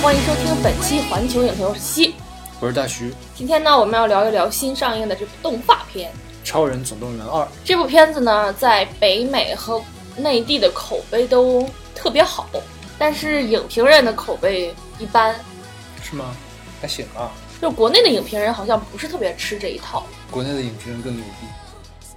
本期环球影评我是西。我是大徐，《今天呢，我们要聊一聊新上映的这部动画片。超人总动员二》这部片子呢，在北美和内地的口碑都特别好，但是影评人的口碑一般。是吗？还行啊，就国内的影评人好像不是特别吃这一套国内的影评人更牛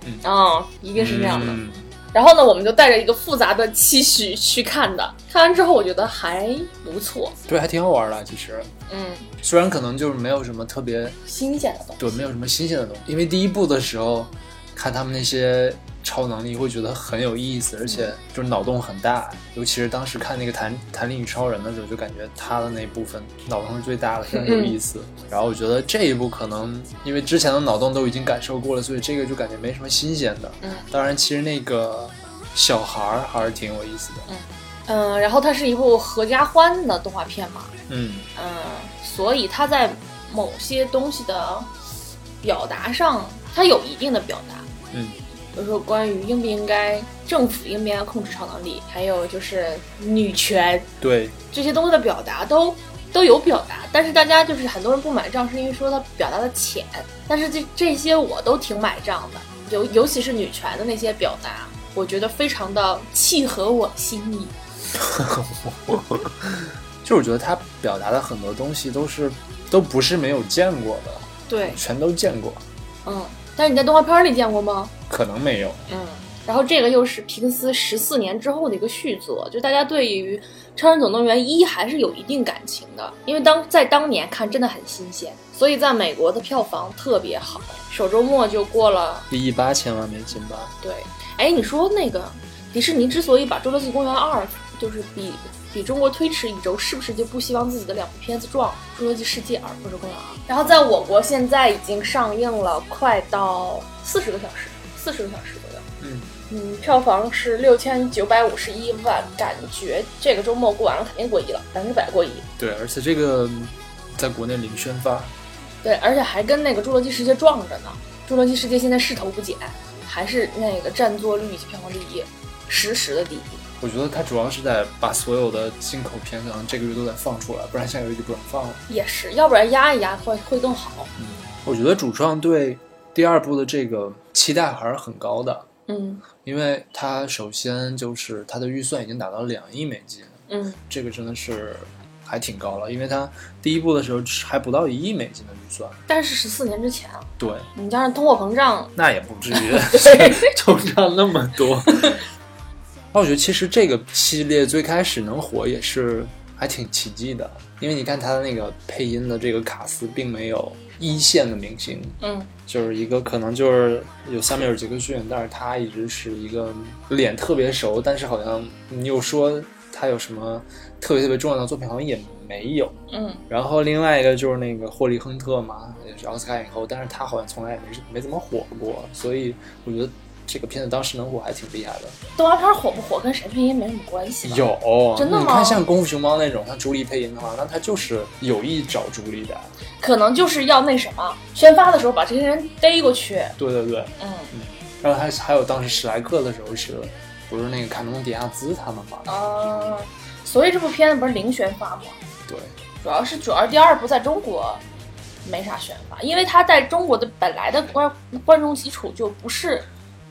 逼，啊、一定是这样的。嗯然后呢，我们就带着一个复杂的期许去看的。看完之后，我觉得还不错，对，还挺好玩的。其实，嗯，虽然可能就是没有什么特别，新鲜的东西。对，没有什么新鲜的东西，因为第一部的时候看他们那些超能力，会觉得很有意思，而且就是脑洞很大。尤其是当时看那个弹弹力女超人的时候，就感觉他的那部分脑洞是最大的，非常有意思。然后我觉得这一部可能因为之前的脑洞都已经感受过了，所以这个就感觉没什么新鲜的。嗯当然，其实那个小孩儿还是挺有意思的。嗯，然后它是一部合家欢的动画片嘛，嗯，嗯，所以它在某些东西的表达上，它有一定的表达。嗯，比如说关于应不应该政府应不应该控制超能力，还有就是女权对，这些东西的表达都都有表达，但是大家就是很多人不买账，是因为说它表达的浅，但是这这些我都挺买账的，尤尤其是女权的那些表达，我觉得非常的契合我心意。就是我觉得他表达的很多东西都是都不是没有见过的，对，全都见过，嗯，但是你在动画片里见过吗？可能没有。嗯，然后这个又是皮克斯十四年之后的一个续作，就大家对于《超人总动员一》还是有一定感情的，因为当在当年看真的很新鲜，所以在美国的票房特别好，首周末就过了。一亿八千万美金吧，对，哎，你说那个迪士尼之所以把《侏罗纪公园二》就是比比中国推迟一周，是不是就不希望自己的两部片子撞《侏罗纪世界二》或者《公园二》？然后在我国现在已经上映了，快到四十个小时，四十个小时左右。嗯嗯，票房是六千九百五十一万，感觉这个周末过完了肯定过亿了，百分之百过亿。对，而且这个嗯在国内零宣发，对，而且还跟那个《侏罗纪世界》撞着呢，《侏罗纪世界》现在势头不减，还是那个占座率以及票房第一，实时的第一。我觉得它主要是在把所有的进口片可能这个月都得放出来，不然下个月就不能放了。也是，要不然压一压会会更好。嗯我觉得主创对第二部的这个期待还是很高的，嗯因为它首先就是它的预算已经达到两亿美金，嗯这个真的是还挺高了，因为它第一部的时候还不到一亿美金的预算。但是十四年之前啊，对，你加上通货膨胀，那也不至于 膨胀那么多。那我觉得其实这个系列最开始能火也是还挺奇迹的，因为你看它的那个配音的这个卡斯并没有一线的明星，嗯就是一个可能就是有萨米尔·杰克逊，但是他一直是一个脸特别熟，但是好像你又说他有什么特别特别重要的作品，好像也没有。嗯然后另外一个就是那个霍利·亨特嘛，也是奥斯卡影后，但是他好像从来也没没怎么火过，所以我觉得这个片子当时能火还挺厉害的。动画片火不火跟谁配音没什么关系吧？有真的吗你看像《功夫熊猫》那种，像朱莉配音的话，那他就是有意找朱莉的。可能就是要那什么，宣发的时候把这些人逮过去。对对对，嗯然后还还有当时史莱克的时候是，不是那个卡农·迪亚兹他们嘛？啊、所以这部片子不是零宣发吗？对，主要是主要第二部在中国没啥宣发，因为它在中国的本来的观观众基础就不是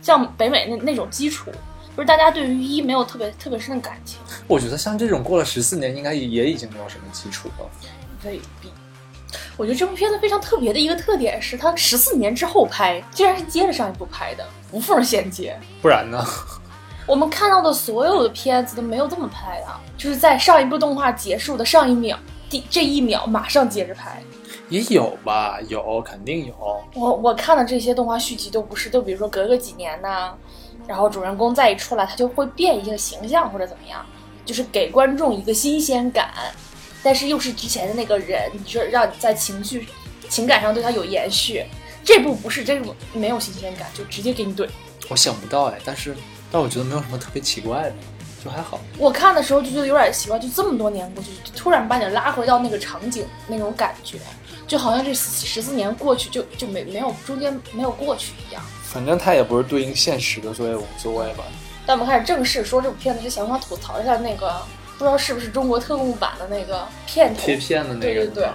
像北美那那种基础，就是大家对于一没有特别特别深的感情。我觉得像这种过了十四年，应该也也已经没有什么基础了。未必。我觉得这部片子非常特别的一个特点是，它十四年之后拍，竟然是接着上一部拍的，无缝衔接。不然呢？我们看到的所有的片子都没有这么拍的，啊就是在上一部动画结束的上一秒，第这一秒马上接着拍。 也有吧，有肯定有。我我看的这些动画续集都不是，就比如说隔个几年呐、然后主人公再一出来，他就会变一个形象或者怎么样，就是给观众一个新鲜感，但是又是之前的那个人，就是让你在情绪、情感上对他有延续。这部不是这部没有新鲜感，就直接给你怼。我想不到哎，但是但我觉得没有什么特别奇怪的，就还好。我看的时候就觉得有点奇怪，就这么多年过去，突然把你拉回到那个场景那种感觉，就好像这十十四年过去就就没没有中间没有过去一样。反正它也不是对应现实的，所以无所谓吧。当我们开始正式说这部片子之前，我想吐槽一下那个不知道是不是中国特供版的那个片头贴，片的那个对对对是吗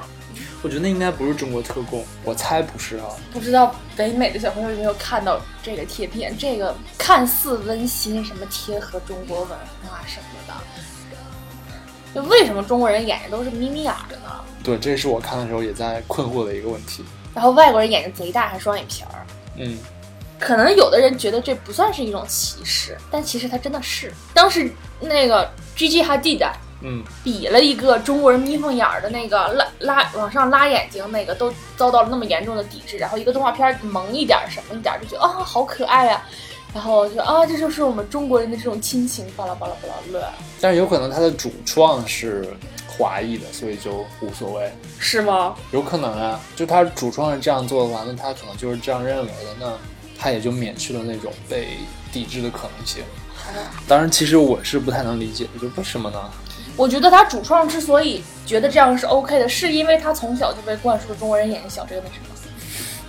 我觉得那应该不是中国特供，我猜不是啊。不知道北美的小朋友有没有看到这个贴片？这个看似温馨，什么贴合中国文化什么的，就为什么中国人眼睛都是眯眯眼儿的呢？对，这是我看的时候也在困惑的一个问题。然后外国人眼睛贼大，还双眼皮儿。嗯，可能有的人觉得这不算是一种歧视，但其实它真的是。当时那个 Gigi Hadid 嗯，比了一个中国人眯缝眼儿的那个拉拉往上拉眼睛那个，都遭到了那么严重的抵制。然后一个动画片儿萌一点儿什么一点儿，就觉得啊好可爱呀、然后就啊这就是我们中国人的这种亲情，巴拉巴拉巴拉乐，但是有可能它的主创是华裔的，所以就无所谓。是吗？有可能啊，就他主创是这样做的话，那他可能就是这样认为的，那他也就免去了那种被抵制的可能性。当然，其实我是不太能理解的，就为什么呢？我觉得他主创之所以觉得这样是 OK 的，是因为他从小就被灌输中国人眼睛小这个那什么，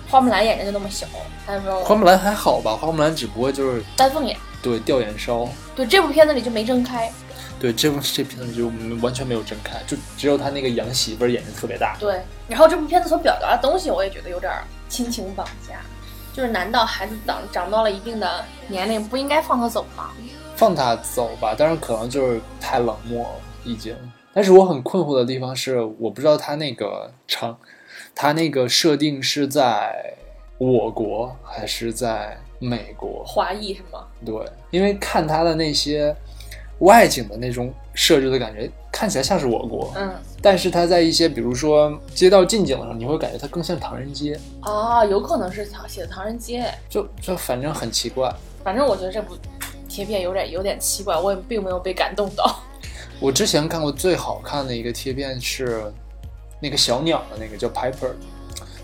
花木兰眼睛就那么小，还有没花有木兰还好吧，花木兰只不过就是丹凤眼？对吊眼梢，对，这部片子里就没睁开。对这部这片子就完全没有睁开，就只有他那个洋媳妇儿眼睛特别大。对，然后这部片子所表达的东西，我也觉得有点儿亲情绑架，就是难道孩子长长到了一定的年龄不应该放他走吗？放他走吧，但是可能就是太冷漠了已经。但是我很困惑的地方是，我不知道他那个场，他那个设定是在我国还是在美国？华裔是吗？对，因为看他的那些外景的那种设置的感觉，看起来像是我国，嗯，但是他在一些比如说街道近景的时候，你会感觉它更像唐人街，啊，有可能是唐写的唐人街，就就反正很奇怪。反正我觉得这部贴片有点有点奇怪，我也并没有被感动到。我之前看过最好看的一个贴片是那个小鸟的那个叫 Piper，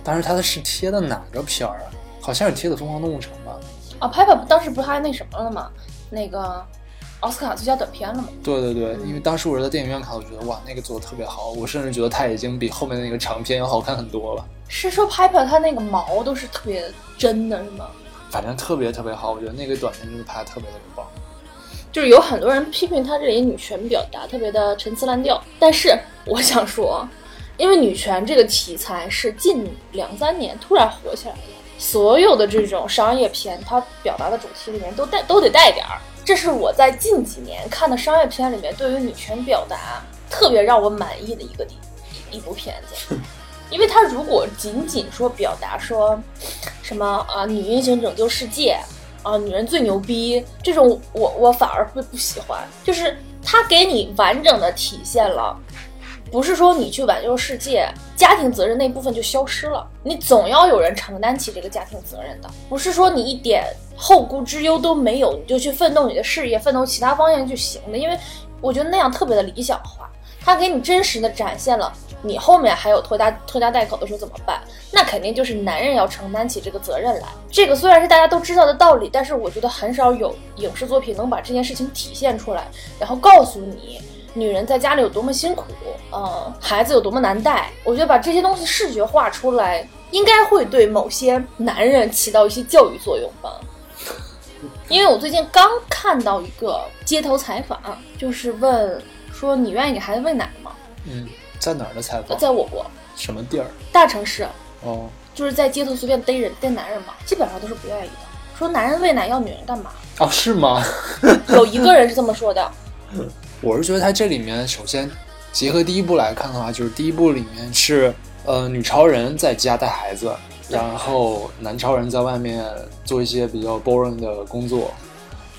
当时它的是贴的哪个片儿啊？好像是贴的《疯狂动物城》吧？啊，拍拍当时不是还那什么了吗？那个奥斯卡最佳短片了吗？对对对，因为当时我是在电影院看，我觉得哇，那个做的特别好，我甚至觉得它已经比后面的那个长片要好看很多了，是说拍拍他那个毛都是特别真的，是吗？反正特别特别好，我觉得那个短片真的拍的特别特别棒。就是有很多人批评他这里女权表达特别的陈词滥调，但是我想说，因为女权这个题材是近两三年突然火起来的，所有的这种商业片，它表达的主题里面都带都得带点儿。这是我在近几年看的商业片里面对于女权表达特别让我满意的一个地一部片子，因为它如果仅仅说表达说什么啊女英雄拯救世界，啊，女人最牛逼这种我，我反而会不喜欢。就是它给你完整的体现了，不是说你去挽救世界，家庭责任那部分就消失了，你总要有人承担起这个家庭责任的，不是说你一点后顾之忧都没有，你就去奋斗你的事业，奋斗其他方面就行了。因为我觉得那样特别的理想化，它给你真实的展现了。你后面还有拖家拖家带口的时候怎么办？那肯定就是男人要承担起这个责任来。这个虽然是大家都知道的道理，但是我觉得很少有影视作品能把这件事情体现出来，然后告诉你女人在家里有多么辛苦，呃，孩子有多么难带。我觉得把这些东西视觉化出来，应该会对某些男人起到一些教育作用吧。因为我最近刚看到一个街头采访，就是问说你愿意给孩子喂奶吗？嗯，在哪儿的采访？在我国什么地儿？大城市，啊哦，就是在街头随便逮人逮男人嘛，基本上都是不愿意的。说男人喂奶要女人干嘛？哦，是吗？有一个人是这么说的，我是觉得它这里面首先结合第一部来看的话，就是第一部里面是呃女超人在家带孩子，对然后男超人在外面做一些比较 boring 的工作，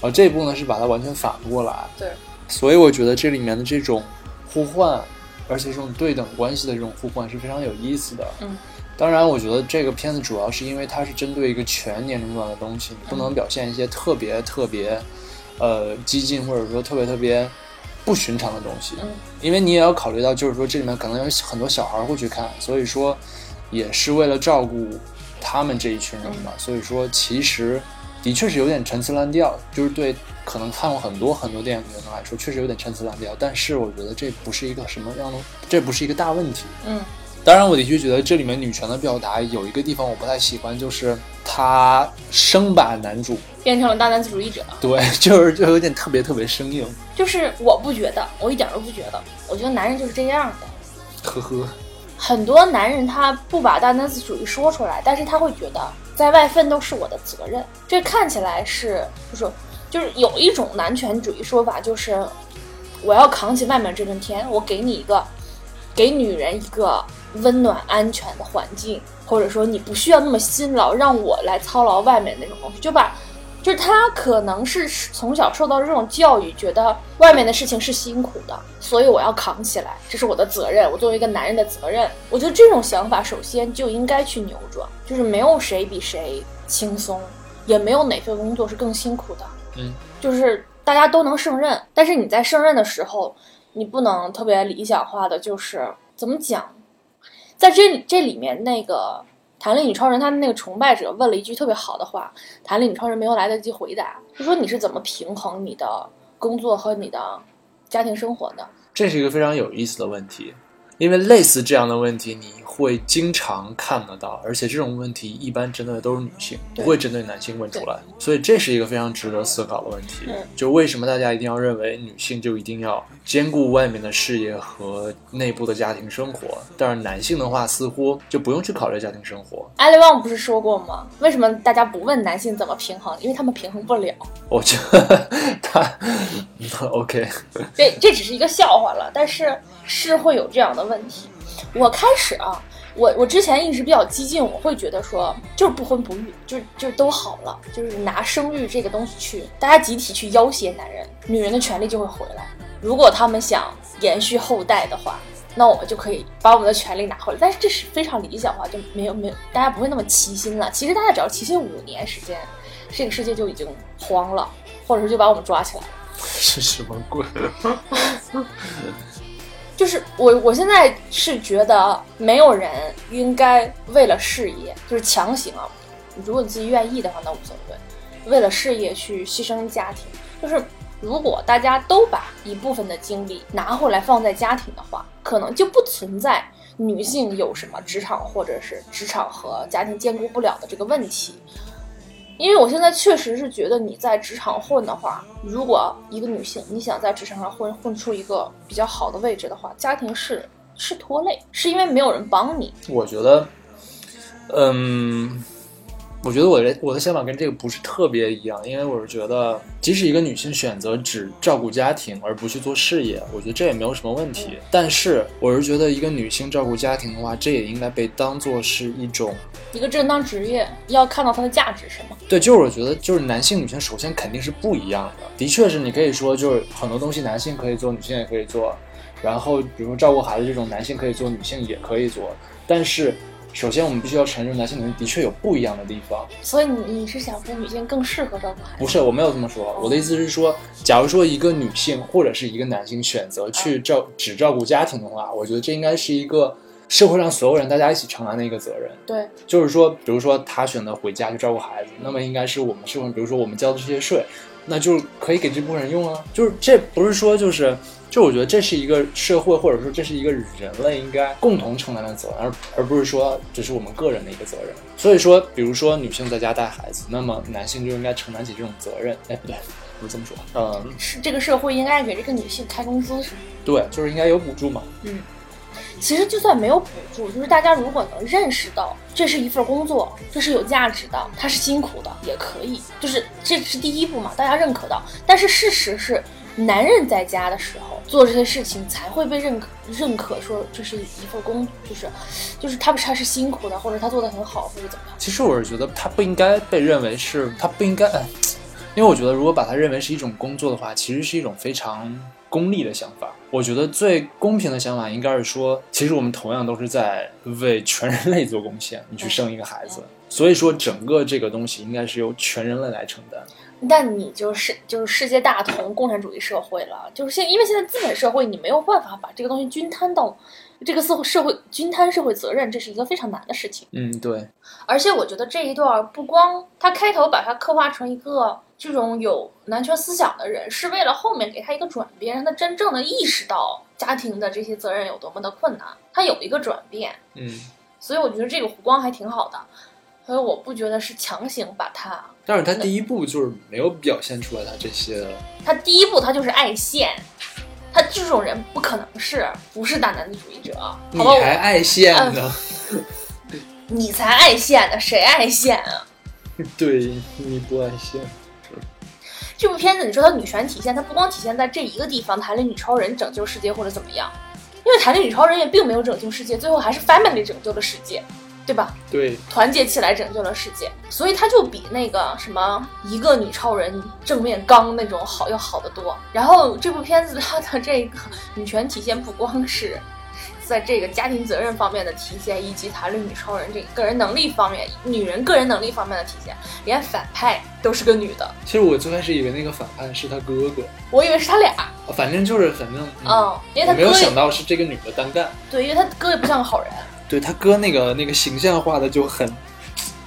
而这一部呢是把它完全反过来，对，所以我觉得这里面的这种互换，而且这种对等关系的这种互换是非常有意思的。嗯，当然，我觉得这个片子主要是因为它是针对一个全年龄段的东西，你不能表现一些特别特别，呃，激进或者说特别特别不寻常的东西。嗯，因为你也要考虑到，就是说这里面可能有很多小孩会去看，所以说也是为了照顾他们这一群人吧。所以说，其实的确是有点陈词滥调，就是对可能看过很多很多电影的人来说，确实有点陈词滥调。但是我觉得这不是一个什么样的，这不是一个大问题。嗯当然，我的确觉得这里面女权的表达有一个地方我不太喜欢，就是他生把男主，变成了大男子主义者。对， 就是就有点特别特别生硬，就是我不觉得，我一点都不觉得，我觉得男人就是这样的。呵呵，很多男人他不把大男子主义说出来，但是他会觉得在外奋斗是我的责任。这看起来是就是就是有一种男权主义说法，就是我要扛起外面这片天，我给你一个给女人一个温暖安全的环境，或者说你不需要那么辛劳，让我来操劳外面那种东西，就把。就是他可能是从小受到这种教育，觉得外面的事情是辛苦的，所以我要扛起来，这是我的责任，我作为一个男人的责任。我觉得这种想法首先就应该去扭转，就是没有谁比谁轻松，也没有哪份工作是更辛苦的，嗯，就是大家都能胜任。但是你在胜任的时候，你不能特别理想化的，就是怎么讲，在这这里面那个弹力女超人，她的那个崇拜者问了一句特别好的话，弹力女超人没有来得及回答，就说你是怎么平衡你的工作和你的家庭生活的？这是一个非常有意思的问题，因为类似这样的问题你会经常看得到，而且这种问题一般针对的都是女性，不对会针对男性问出来，所以这是一个非常值得思考的问题嗯。就为什么大家一定要认为女性就一定要兼顾外面的事业和内部的家庭生活，但是男性的话似乎就不用去考虑家庭生活。艾利旺不是说过吗？为什么大家不问男性怎么平衡？因为他们平衡不了。我觉得 他 OK， 这这只是一个笑话了，但是是会有这样的问题。我开始啊，我我之前一直比较激进，我会觉得说就是不婚不育，就是就是都好了，就是拿生育这个东西去，大家集体去要挟男人，女人的权利就会回来。如果他们想延续后代的话，那我们就可以把我们的权利拿回来。但是这是非常理想化，就没有没有，大家不会那么齐心了。其实大家只要齐心五年时间，这个世界就已经慌了，或者说就把我们抓起来了。是什么鬼？就是我，我现在是觉得没有人应该为了事业，就是强行啊。如果你自己愿意的话，那无所谓。为了事业去牺牲家庭，就是如果大家都把一部分的精力拿回来放在家庭的话，可能就不存在女性有什么职场或者是职场和家庭兼顾不了的这个问题。因为我现在确实是觉得你在职场混的话，如果一个女性你想在职场上混混出一个比较好的位置的话，家庭是是拖累，是因为没有人帮你。我觉得，嗯，我觉得我的我的想法跟这个不是特别一样，因为我是觉得，即使一个女性选择只照顾家庭而不去做事业，我觉得这也没有什么问题。但是，我是觉得一个女性照顾家庭的话，这也应该被当做是一种一个正当职业要看到它的价值是吗？对，就是我觉得就是男性女性首先肯定是不一样的，的确是你可以说就是很多东西男性可以做，女性也可以做，然后比如说照顾孩子这种男性可以做，女性也可以做，但是首先我们必须要承认男性女性的确有不一样的地方，所以你你是想说女性更适合照顾孩不子？是我没有这么说，我的意思是说，假如说一个女性或者是一个男性选择去照只照顾家庭的话，我觉得这应该是一个社会上所有人大家一起承担的一个责任。对，就是说，比如说他选择回家去照顾孩子，那么应该是我们社会，比如说我们交的这些税，那就可以给这部分人用啊。就是这不是说就是，就我觉得这是一个社会或者说这是一个人类应该共同承担的责任，而而不是说只是我们个人的一个责任。所以说，比如说女性在家带孩子，那么男性就应该承担起这种责任。哎，不对，不是这么说，嗯，是这个社会应该给这个女性开工资是吗？对，就是应该有补助嘛。其实就算没有补助，就是大家如果能认识到这是一份工作，这是有价值的，它是辛苦的，也可以，就是这是第一步嘛，大家认可到。但是事实是，男人在家的时候做这些事情才会被认可，认可说这是一份工，就是就是他他是辛苦的，或者他做的很好，或者怎么样。其实我是觉得他不应该被认为是，他不应该，哎因为我觉得如果把它认为是一种工作的话，其实是一种非常功利的想法。我觉得最公平的想法应该是说，其实我们同样都是在为全人类做贡献，你去生一个孩子，所以说整个这个东西应该是由全人类来承担。但你就是就是世界大同共产主义社会了，就是现因为现在资本社会，你没有办法把这个东西均摊到这个社会社会均摊社会责任，这是一个非常难的事情。嗯，对，而且我觉得这一段儿不光他开头把他刻画成一个这种有男权思想的人，是为了后面给他一个转变，让他真正的意识到家庭的这些责任有多么的困难，他有一个转变，嗯，所以我觉得这个弧光还挺好的。所以我不觉得是强行把他，但是他第一部就是没有表现出来他这些，他第一步他就是爱现，他这种人不可能是不是大男子主义者，好你吧？我还爱现呢？你才爱现呢，谁爱现啊？ 对，你不爱现，这部片子你说它女权体现，它不光体现在这一个地方，弹力女超人拯救世界或者怎么样，因为弹力女超人也并没有拯救世界，最后还是 Family 拯救了世界，对吧？对，团结起来拯救了世界，所以它就比那个什么一个女超人正面刚那种好要好得多。然后这部片子它的这个女权体现不光是在这个家庭责任方面的体现，以及谈论女超人这个个人能力方面，女人个人能力方面的体现，连反派都是个女的，其实我最开始以为那个反派是他哥哥，我以为是他俩，反正就是反正，嗯，嗯，因为他我没有哥也想到是这个女的单干。对，因为他哥也不像个好人，对他哥那个那个形象化的就很，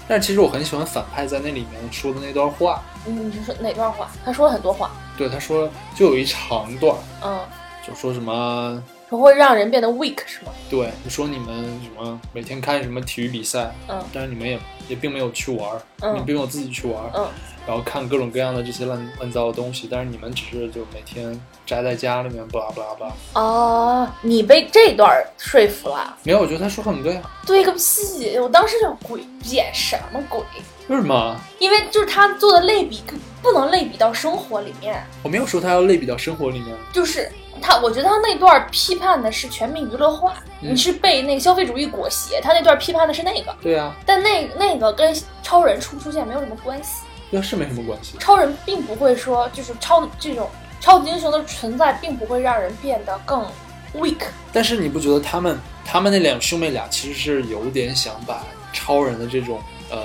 但是其实我很喜欢反派在那里面说的那段话。嗯，你说哪段话？他说了很多话，对，他说就有一长段，嗯，就说什么，说会让人变得 weak 是吗？对，你说你们什么每天看什么体育比赛，嗯但是你们也也并没有去玩儿，嗯你并没有自己去玩儿，嗯然后看各种各样的这些乱乱糟的东西，但是你们只是就每天宅在家里面，巴拉巴拉巴拉。哦，你被这段儿说服了，没有，我觉得他说得很对啊，对个屁！我当时就鬼辩什么鬼？为什么？因为就是他做的类比跟不能类比到生活里面，我没有说他要类比到生活里面，就是他，我觉得他那段儿批判的是全民娱乐化，嗯你是被那个消费主义裹挟，他那段儿批判的是那个，对啊，但那那个跟超人出不出现没有什么关系。对啊，是没什么关系。超人并不会说，就是超这种超级英雄的存在，并不会让人变得更 weak。但是你不觉得他们他们那两兄妹俩其实是有点想把超人的这种呃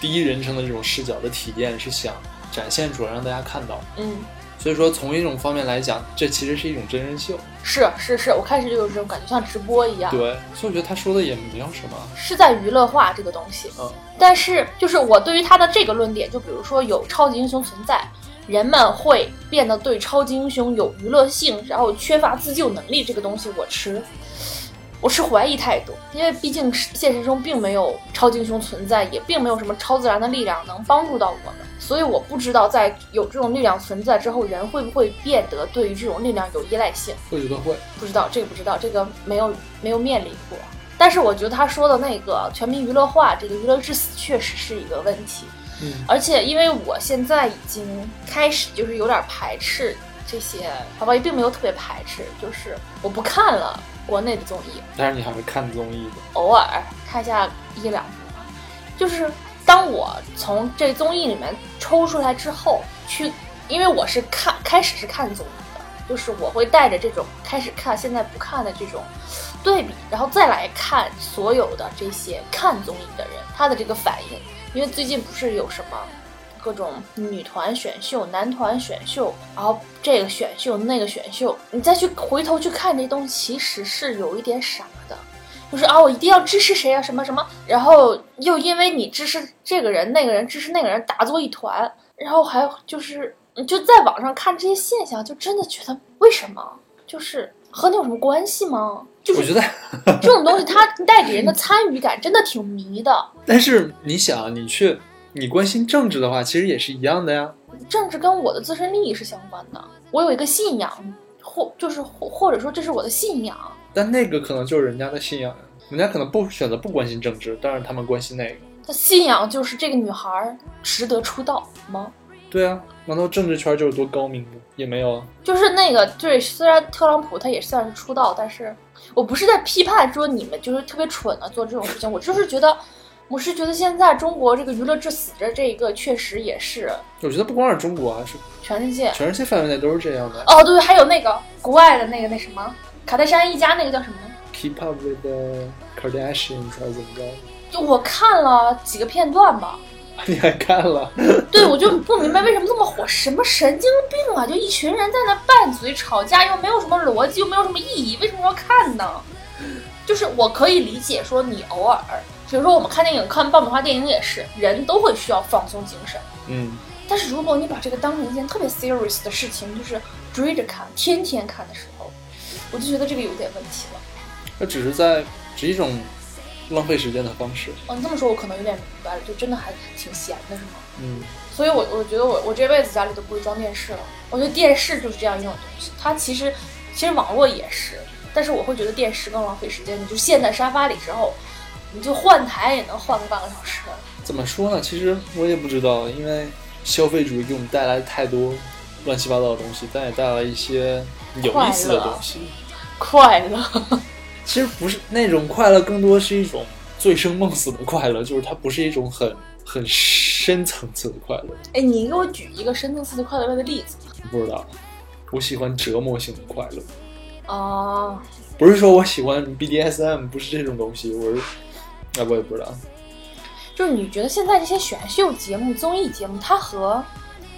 第一人称的这种视角的体验是想展现出来让大家看到，嗯，所以说从一种方面来讲，这其实是一种真人秀，是啊是是，我开始就有这种感觉，像直播一样，对，所以我觉得他说的也没有什么，是在娱乐化这个东西。嗯，但是就是我对于他的这个论点，就比如说有超级英雄存在，人们会变得对超级英雄有娱乐性，然后缺乏自救能力这个东西，我持我持怀疑态度，因为毕竟是现实中并没有超级英雄存在，也并没有什么超自然的力量能帮助到我们，所以我不知道在有这种力量存在之后，人会不会变得对于这种力量有依赖性。我觉得会，不知道这个不知道，这个没有没有面临过。但是我觉得他说的那个全民娱乐化，这个娱乐至死确实是一个问题。嗯，而且因为我现在已经开始就是有点排斥这些，好吧，也并没有特别排斥，就是我不看了国内的综艺，但是你还会看综艺的，偶尔看一下一两部吧。就是当我从这综艺里面抽出来之后，去，因为我是看开始是看综艺的，就是我会带着这种开始看现在不看的这种对比，然后再来看所有的这些看综艺的人他的这个反应，因为最近不是有什么。各种女团选秀、男团选秀，然后这个选秀、那个选秀，你再去回头去看这东西，其实是有一点傻的。就是啊，我一定要支持谁啊，什么什么，然后又因为你支持这个人、那个人，支持那个人，打作一团，然后还就是你就在网上看这些现象，就真的觉得为什么？就是和你有什么关系吗？就我是觉得，这种东西，它带给人的参与感真的挺迷的。但是你想，啊你去你关心政治的话，其实也是一样的呀，政治跟我的自身利益是相关的，我有一个信仰，或就是或或者说这是我的信仰，但那个可能就是人家的信仰呀，人家可能不选择不关心政治，但是他们关心那个。那信仰就是这个女孩儿值得出道吗？对啊，难道政治圈就是多高明吗？也没有啊。就是那个，对，虽然特朗普他也算是出道，但是我不是在批判说你们就是特别蠢啊，做这种事情，我就是觉得，我是觉得现在中国这个娱乐至死的这一个确实也是我觉得不光是中国啊，是全世界。全世界范围内都是这样的。哦，对，还有那个国外的那个那什么卡戴珊一家那个叫什么？ Keep up with the Kardashians 还是怎么着？ 就我看了几个片段吧，你还看了？对我就不明白为什么这么火，什么神经病啊！就一群人在那拌嘴吵架，又没有什么逻辑，又没有什么意义，为什么要看呢？就是我可以理解说你偶尔，比如说我们看电影、看爆米花电影也是，人都会需要放松精神。嗯，但是如果你把这个当成一件特别 serious 的事情，就是追着看、天天看的时候，我就觉得这个有点问题了。那只是在只是一种浪费时间的方式。哦，你这么说，我可能有点明白了，就真的还挺闲的，是吗？嗯，所以我，我觉得我我这辈子家里都不会装电视了。我觉得电视就是这样一种东西，它其实其实网络也是，但是我会觉得电视更浪费时间。你就陷在沙发里之后，你就换台也能换个半个小时。怎么说呢？其实我也不知道，因为消费主义给我们带来太多乱七八糟的东西，但也带来一些有意思的东西。快乐，其实不是那种快乐，更多是一种醉生梦死的快乐，就是它不是一种很很深层次的快乐。哎，你给我举一个深层次的快乐的例子不知道，我喜欢折磨性的快乐，啊？不是说我喜欢 BDSM，不是这种东西。我是，哎，我也不知道。就是你觉得现在这些选秀节目、综艺节目，它和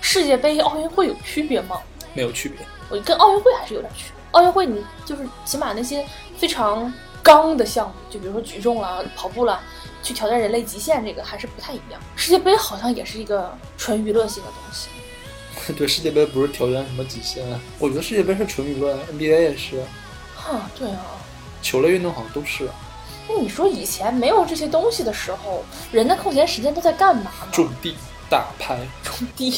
世界杯、奥运会有区别吗？没有区别。我跟奥运会还是有点区别。奥运会你就是起码那些非常刚的项目，就比如说举重啦、跑步啦，去挑战人类极限，这个还是不太一样。世界杯好像也是一个纯娱乐性的东西。对，世界杯不是挑战什么极限啊，我觉得世界杯是纯娱乐啊，NBA 也是啊，哈，对啊。球类运动好像都是啊那你说以前没有这些东西的时候，人的空闲时间都在干嘛 呢？种地、大拍、种地，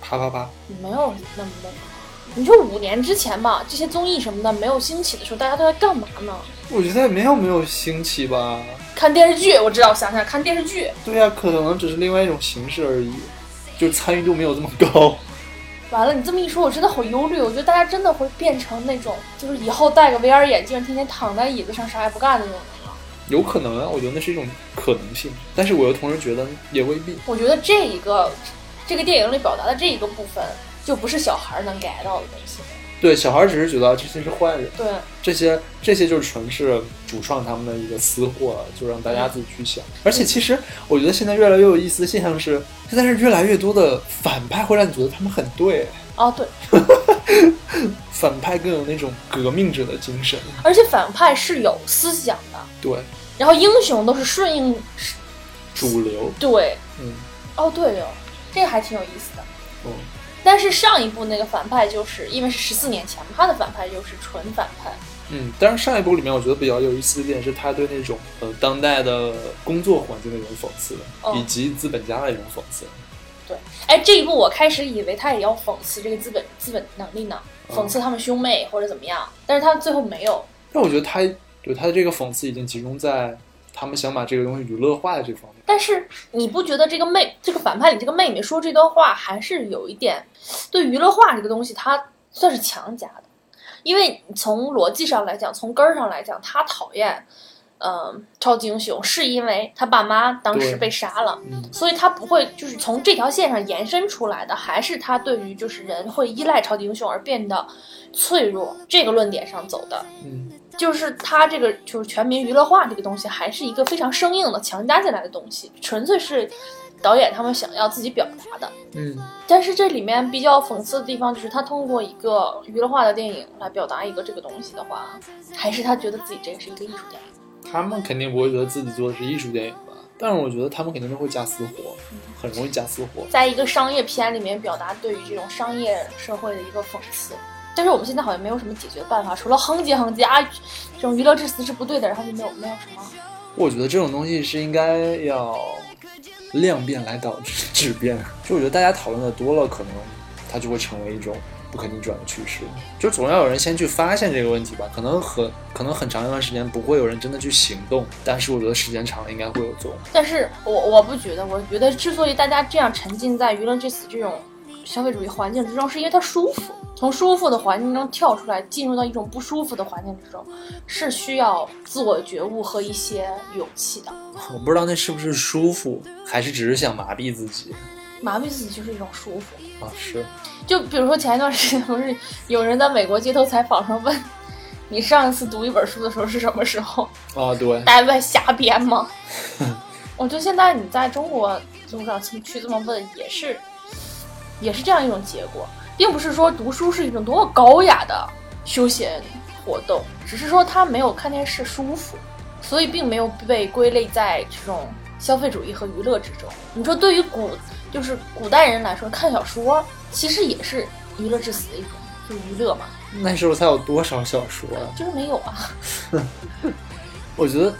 啪啪啪。没有那么累。你说五年之前吧，这些综艺什么的没有兴起的时候，大家都在干嘛呢？我觉得也没有没有兴起吧。看电视剧，我知道，我想想看电视剧。对呀、可能只是另外一种形式而已，就参与度没有这么高。完了，你这么一说，我真的好忧虑。我觉得大家真的会变成那种，就是以后戴个 VR 眼镜，天天躺在椅子上啥也不干的那种人了。有可能啊，我觉得那是一种可能性，但是我又同时觉得也未必。我觉得这一个，这个电影里表达的这一个部分，就不是小孩能 get 到的东西。对，小孩儿只是觉得啊这些是坏人，对，这些这些就是纯是主创他们的一个私货，啊就让大家自己去想。而且其实我觉得现在越来越有意思的现象是，现在是越来越多的反派会让你觉得他们很对，啊对，反派更有那种革命者的精神。而且反派是有思想的，对，然后英雄都是顺应，是主流，对，嗯，哦对哦，这个还挺有意思的。哦，但是上一部那个反派就是因为是十四年前嘛，他的反派就是纯反派，嗯。但是上一部里面我觉得比较有意思的一点是，他对那种呃当代的工作环境的一种讽刺，哦以及资本家的一种讽刺。哎，这一部我开始以为他也要讽刺这个资本资本能力呢，嗯讽刺他们兄妹或者怎么样，但是他最后没有。但我觉得他对他的这个讽刺已经集中在他们想把这个东西娱乐化的这方面。但是你不觉得这个妹，这个反派里这个妹妹说这段话，还是有一点对娱乐化这个东西，她算是强加的，因为从逻辑上来讲，从根儿上来讲，她讨厌，嗯、超级英雄是因为他爸妈当时对被杀了，嗯，所以他不会就是从这条线上延伸出来的，还是他对于就是人会依赖超级英雄而变得脆弱这个论点上走的，嗯，就是他这个就是全民娱乐化这个东西，还是一个非常生硬的强加进来的东西，纯粹是导演他们想要自己表达的。嗯，但是这里面比较讽刺的地方就是，他通过一个娱乐化的电影来表达一个这个东西的话，还是他觉得自己这个是一个艺术电影。他们肯定不会觉得自己做的是艺术电影吧？但是我觉得他们肯定是会加私货，很容易加私货。在一个商业片里面表达对于这种商业社会的一个讽刺。但是我们现在好像没有什么解决办法，除了哼唧哼唧啊，这种娱乐至死是不对的，然后就没有没有什么。我觉得这种东西是应该要量变来导致 质变。啊就我觉得大家讨论的多了，可能它就会成为一种不可逆转的趋势。就总要有人先去发现这个问题吧。可能很可能很长一段时间不会有人真的去行动，但是我觉得时间长了应该会有作用。但是我我不觉得，我觉得之所以大家这样沉浸在娱乐至死这种消费主义环境之中，是因为它舒服。从舒服的环境中跳出来，进入到一种不舒服的环境之中，是需要自我觉悟和一些勇气的。我不知道那是不是舒服，还是只是想麻痹自己麻痹自己就是一种舒服。啊？是，就比如说前一段时间，不是有人在美国街头采访上问，你上一次读一本书的时候是什么时候？啊， 对，大家都在瞎编吗？我觉得现在你在中国路上去这么问，也是也是这样一种结果，并不是说读书是一种多么高雅的休闲活动，只是说他没有看电视舒服，所以并没有被归类在这种消费主义和娱乐之中。你说对于古就是古代人来说，看小说其实也是娱乐至死的一种，就是娱乐嘛，那时候才有多少小说啊？就是没有啊。我觉得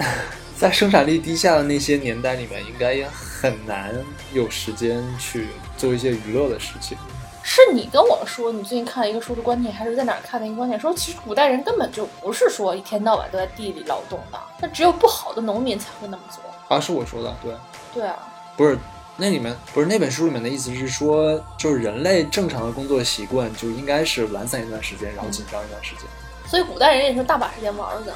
在生产力低下的那些年代里面，应该也很难有时间去做一些娱乐的事情。是你跟我说你最近看了一个书的观点，还是在哪儿看的一个观点？说其实古代人根本就不是说一天到晚都在地里劳动的，那只有不好的农民才会那么做。啊，是我说的，对，对啊，不是那里面不是那本书里面的意思是说，就是人类正常的工作习惯就应该是懒散一段时间，然后紧张一段时间。所以古代人也是大把时间玩儿的。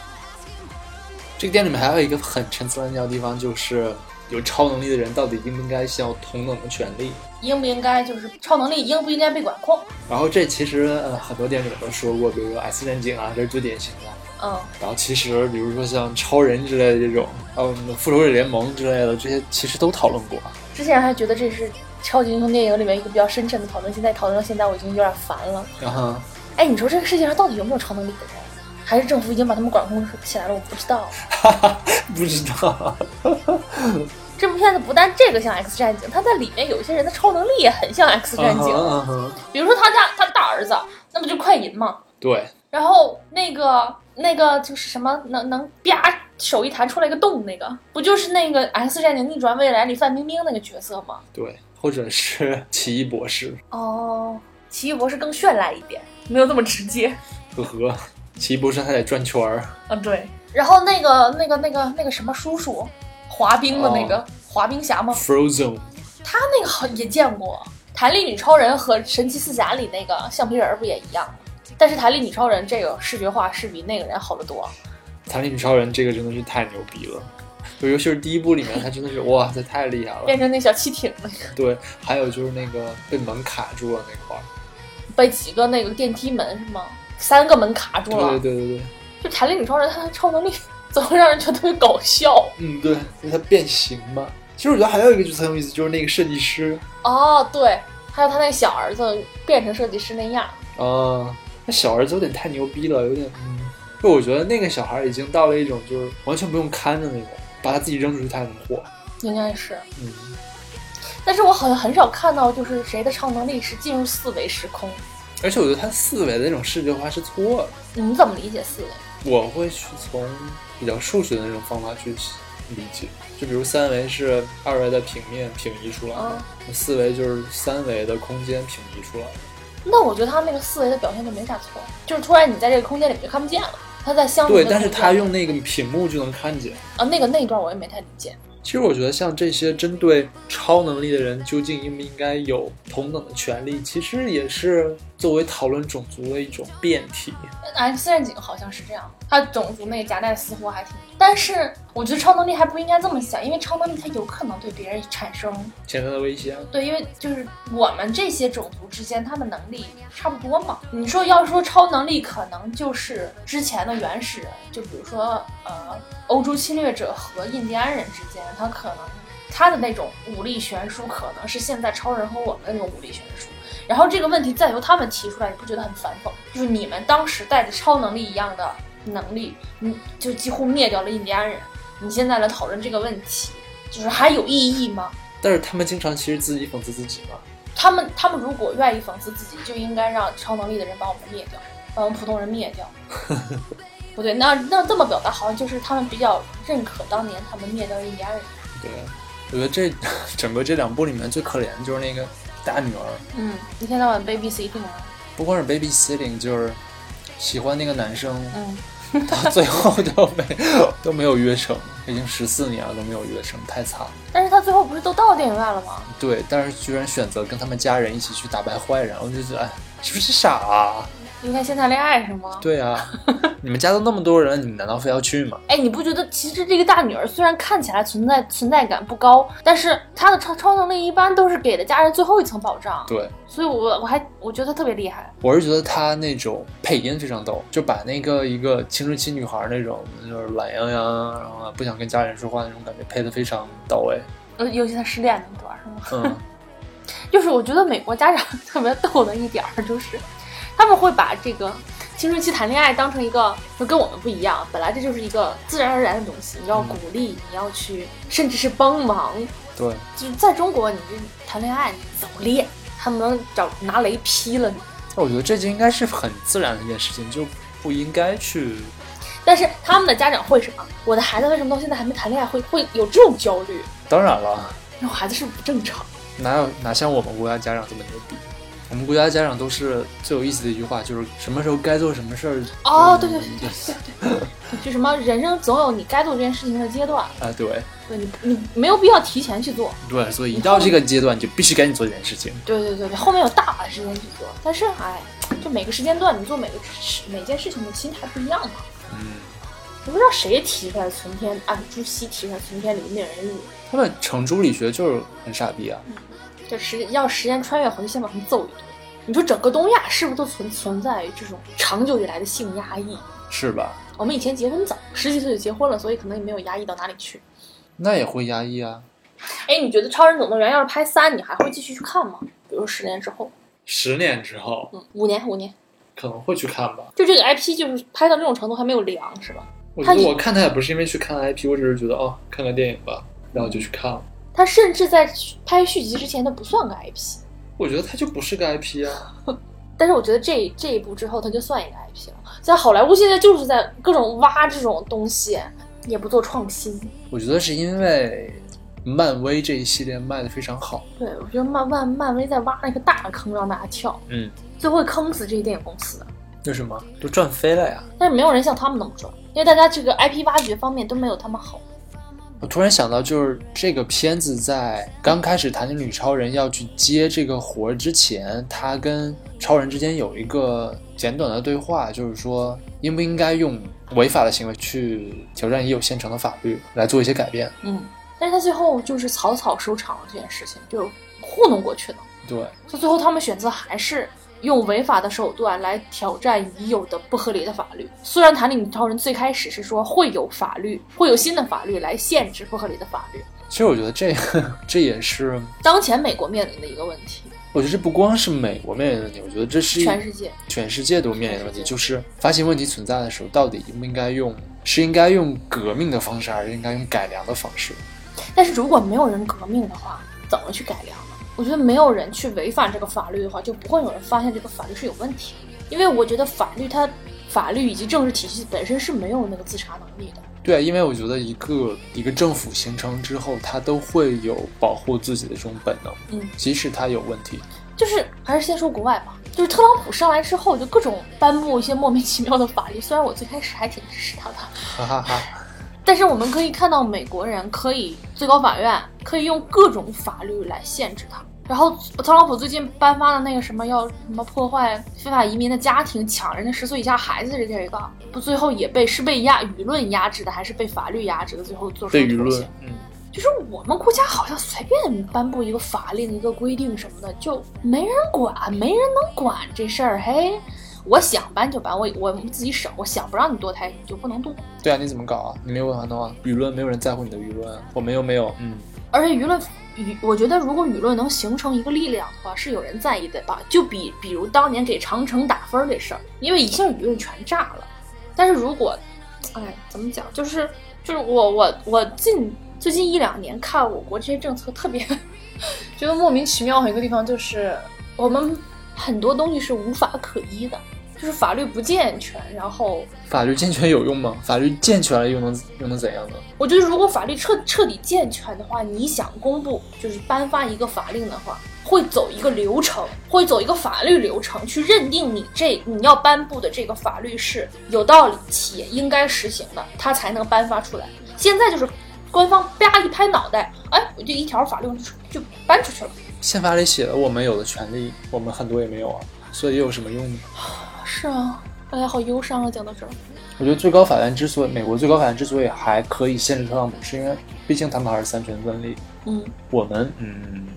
这个店里面还有一个很陈词滥调的地方，就是有超能力的人到底应不应该享有同等的权利？应不应该就是超能力应不应该被管控？然后这其实呃很多电影里面都说过，比如说《S 战警》啊，这是最典型的。嗯，然后其实比如说像超人之类的这种，嗯，复仇者联盟之类的这些其实都讨论过。之前还觉得这是超级英雄电影里面一个比较深沉的讨论，现在讨论到现在我已经有点烦了。然后哎，你说这个世界上到底有没有超能力的人？还是政府已经把他们管控起来了？我不知道。不知道，这部片子不但这个像 X 战警，它在里面有一些人的超能力也很像 X 战警，嗯哼嗯哼比如说他家他大儿子，那不就快银嘛？对，然后那个那个就是什么能能啪手一弹出来一个洞，那个不就是那个《X 战警：逆转未来》里范冰冰那个角色吗？对，或者是奇异博士，哦，奇异博士更绚烂一点，没有这么直接。呵呵，奇异博士还得转圈儿，啊，对。然后那个那个那个那个什么叔叔，滑冰的那个、哦滑冰侠吗？ Frozen，他那个好也见过，弹力女超人和神奇四侠里那个橡皮人儿不也一样吗？但是弹力女超人这个视觉化是比那个人好得多。弹力女超人这个真的是太牛逼了，就尤其是第一部里面，她真的是哇塞太厉害了。变成那小汽艇那个，对，还有就是那个被门卡住了那块儿，被几个那个电梯门是吗？三个门卡住了。对对对对对，就弹力女超人，她的超能力 总会让人觉得特别搞笑。嗯对，因为它变形嘛。其实我觉得还有一个就是很有意思，就是那个设计师哦，对，还有她那个小儿子变成设计师那样。啊，那小儿子有点太牛逼了，有点，嗯，就我觉得那个小孩已经到了一种就是完全不用看的那种，把他自己扔出去他能活，应该是，嗯，但是我好像很少看到，就是谁的超能力是进入四维时空。而且我觉得他思维的那种视觉化是错的，你怎么理解四维？我会去从比较数学的那种方法去理解，就比如三维是二维的平面平移出来哦的，四维就是三维的空间平移出来的。那我觉得他那个四维的表现就没啥错，就是突然你在这个空间里面就看不见了，他在相对，邻的但是空间他用那个屏幕就能看见。啊那个那一段我也没太理解。其实我觉得，像这些针对超能力的人，究竟应不应该有同等的权利，其实也是作为讨论种族的一种辩题。呃 X 战警好像是这样，他种族那个夹带私货还挺多，但是我觉得超能力还不应该这么想，因为超能力它有可能对别人产生简单的威胁啊，对，因为就是我们这些种族之间，他们能力差不多嘛。你说要说超能力，可能就是之前的原始人，就比如说呃，欧洲侵略者和印第安人之间，他可能他的那种武力悬殊，可能是现在超人和我们的那种武力悬殊。然后这个问题再由他们提出来，你不觉得很反讽？就是你们当时带着超能力一样的能力，你就几乎灭掉了印第安人，你现在来讨论这个问题，就是还有意义吗？但是他们经常其实自己讽刺自己嘛。他们他们如果愿意讽刺自己，就应该让超能力的人把我们灭掉，把我们普通人灭掉。不对，那那这么表达好像就是他们比较认可当年他们灭掉印第安人。对，啊我觉得这 整个这两部里面最可怜的就是那个大女儿，嗯，一天到晚 baby sitting 啊。不光是 baby sitting，就是喜欢那个男生，嗯，到最后都没 都没有约成，已经十四年了都没有约成，太惨了。但是他最后不是都到电影院了吗？对，但是居然选择跟他们家人一起去打败坏人，我就觉得，哎，是不是傻啊？应该先谈恋爱是吗？对啊，你们家都那么多人，你们难道非要去吗？哎，你不觉得其实这个大女儿虽然看起来存在存在感不高，但是她的超超能力一般都是给了家人最后一层保障，对，所以我我还我觉得她特别厉害。我是觉得他那种配音非常逗，就把那个一个青春期女孩那种就是懒洋洋，然后不想跟家人说话那种感觉配得非常到位。尤尤其她失恋那段儿是吗？嗯，就是我觉得美国家长 特别逗的一点儿，就是他们会把这个青春期谈恋爱当成一个，就跟我们不一样，本来这就是一个自然而然的东西，你要嗯鼓励，你要去，甚至是帮忙。对， 就是在中国，你这谈恋爱你早恋，他们能找拿雷劈了你。但我觉得这就应该是很自然的一件事情，就不应该去但是他们的家长会什么？我的孩子为什么到现在还没谈恋爱会？会有这种焦虑？当然了，那我孩子是不是不正常？哪有哪像我们国家家长这么牛逼？我们国家家长都是最有意思的一句话，就是什么时候该做什么事儿。哦，嗯对对对对对对对， 就什么人生总有你该做这件事情的阶段，啊，对对你你没有必要提前去做。对，所以一到这个阶段，你就必须赶紧做这件事情。对对对对，后面有大把时间去做，但是哎，就每个时间段你做每个事每件事情的心态不一样嘛。嗯，我不知道谁提出来存天按朱熹提出来存天理灭人欲，他们程朱理学就是很傻逼嗯啊。就时要时间穿越回去，先把他们揍一顿。你说整个东亚是不是都存存在于这种长久以来的性压抑？是吧？我们以前结婚早，十几岁就结婚了，所以可能也没有压抑到哪里去。那也会压抑啊。哎，你觉得《超人总动员》要是拍三，你还会继续去看吗？比如十年之后，十年之后嗯，五年，五年，可能会去看吧。就这个 IP 就是拍到这种程度还没有凉，是吧？我他觉得也我看它也不是因为去看 IP，我只是觉得哦，看个电影吧，然后就去看了。他甚至在拍续集之前，他不算个 IP。我觉得它就不是个 IP 啊。但是我觉得这这一部之后，他就算一个 IP 了。在好莱坞现在就是在各种挖这种东西，也不做创新。我觉得是因为漫威这一系列卖的非常好。对，我觉得漫漫漫威在挖了一个大坑让大家跳，嗯，最会坑死这些电影公司的。为什么？都赚飞了呀！但是没有人像他们那么赚，因为大家这个 IP 挖掘方面都没有他们好。我突然想到，就是这个片子在刚开始《弹力女超人》要去接这个活儿之前，她跟超人之间有一个简短的对话，就是说应不应该用违法的行为去挑战已有现成的法律来做一些改变。嗯，但是他最后就是草草收场了这件事情，就糊弄过去了。对，所以最后他们选择还是用违法的手段来挑战已有的不合理的法律。虽然塔里女超人最开始是说会有法律，会有新的法律来限制不合理的法律，其实我觉得这 个这也是，当前美国面临的一个问题，我觉得这不光是美国面临的问题，我觉得这是一全世界。全世界都面临的问题，全世界就是发现问题存在的时候，到底应不应该用是应该用革命的方式，还是应该用改良的方式？但是如果没有人革命的话，怎么去改良呢？我觉得没有人去违反这个法律的话，就不会有人发现这个法律是有问题的。因为我觉得法律它，法律以及政治体系本身是没有那个自查能力的。对，啊因为我觉得一个一个政府形成之后，它都会有保护自己的这种本能，嗯，即使它有问题。就是还是先说国外吧，就是特朗普上来之后，就各种颁布一些莫名其妙的法律。虽然我最开始还挺支持他的，哈哈哈，但是我们可以看到，美国人可以最高法院可以用各种法律来限制他。然后特朗普最近颁发的那个什么要什么破坏非法移民的家庭、抢人家十岁以下孩子的这个，不最后也被是被压舆论压制的，还是被法律压制的？最后做出对了舆妥协论。，嗯，就是我们国家好像随便颁布一个法令、一个规定什么的，就没人管，没人能管这事儿。嘿，我想搬就搬，我我们自己省，我想不让你堕胎，你就不能堕。对啊，你怎么搞啊？你没有办法弄啊，舆论没有人在乎你的舆论，我们又没有，嗯，而且舆论舆，我觉得如果舆论能形成一个力量的话，是有人在意的吧？就比比如当年给长城打分儿这事儿，因为一下舆论全炸了。但是如果，哎，怎么讲？就是就是我我我近最近一两年看我国这些政策，特别 觉得莫名其妙。一个地方就是我们很多东西是无法可依的，就是法律不健全，然后法律健全有用吗？法律健全了又能又能怎样呢？我觉得，如果法律彻彻底健全的话，你想公布就是颁发一个法令的话，会走一个流程，会走一个法律流程去认定你这你要颁布的这个法律是有道理且应该实行的，它才能颁发出来。现在就是官方啪一拍脑袋，哎，我就一条法律就出就搬出去了。宪法里写了我们有的权利，我们很多也没有啊，所以又有什么用呢？是啊，大家好忧伤啊！讲到这儿，我觉得最高法院之所以美国最高法院之所以还可以限制特朗普，是因为毕竟他们还是三权分立。嗯，我们，嗯，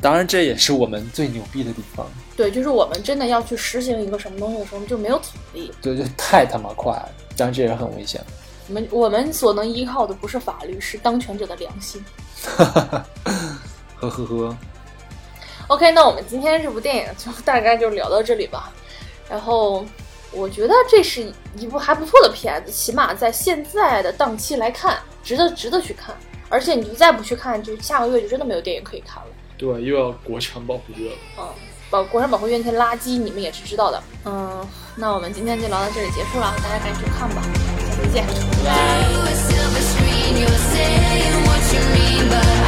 当然这也是我们最牛逼的地方，对，就是我们真的要去实行一个什么东西的时候，我们就没有阻力。对，就太他妈快了，当然这也很危险。 我们我们所能依靠的不是法律，是当权者的良心。呵呵呵， OK，那我们今天这部电影就大概就聊到这里吧。然后我觉得这是一部还不错的片子，起码在现在的档期来看，值得值得去看。而且你就再不去看，就下个月就真的没有电影可以看了。对，又要国产保护月了。嗯，保国产保护院那些垃圾你们也是知道的。嗯，那我们今天就聊到这里结束了，大家赶紧去看吧。再见次见。 Through a silver screen, you're saying what you mean, but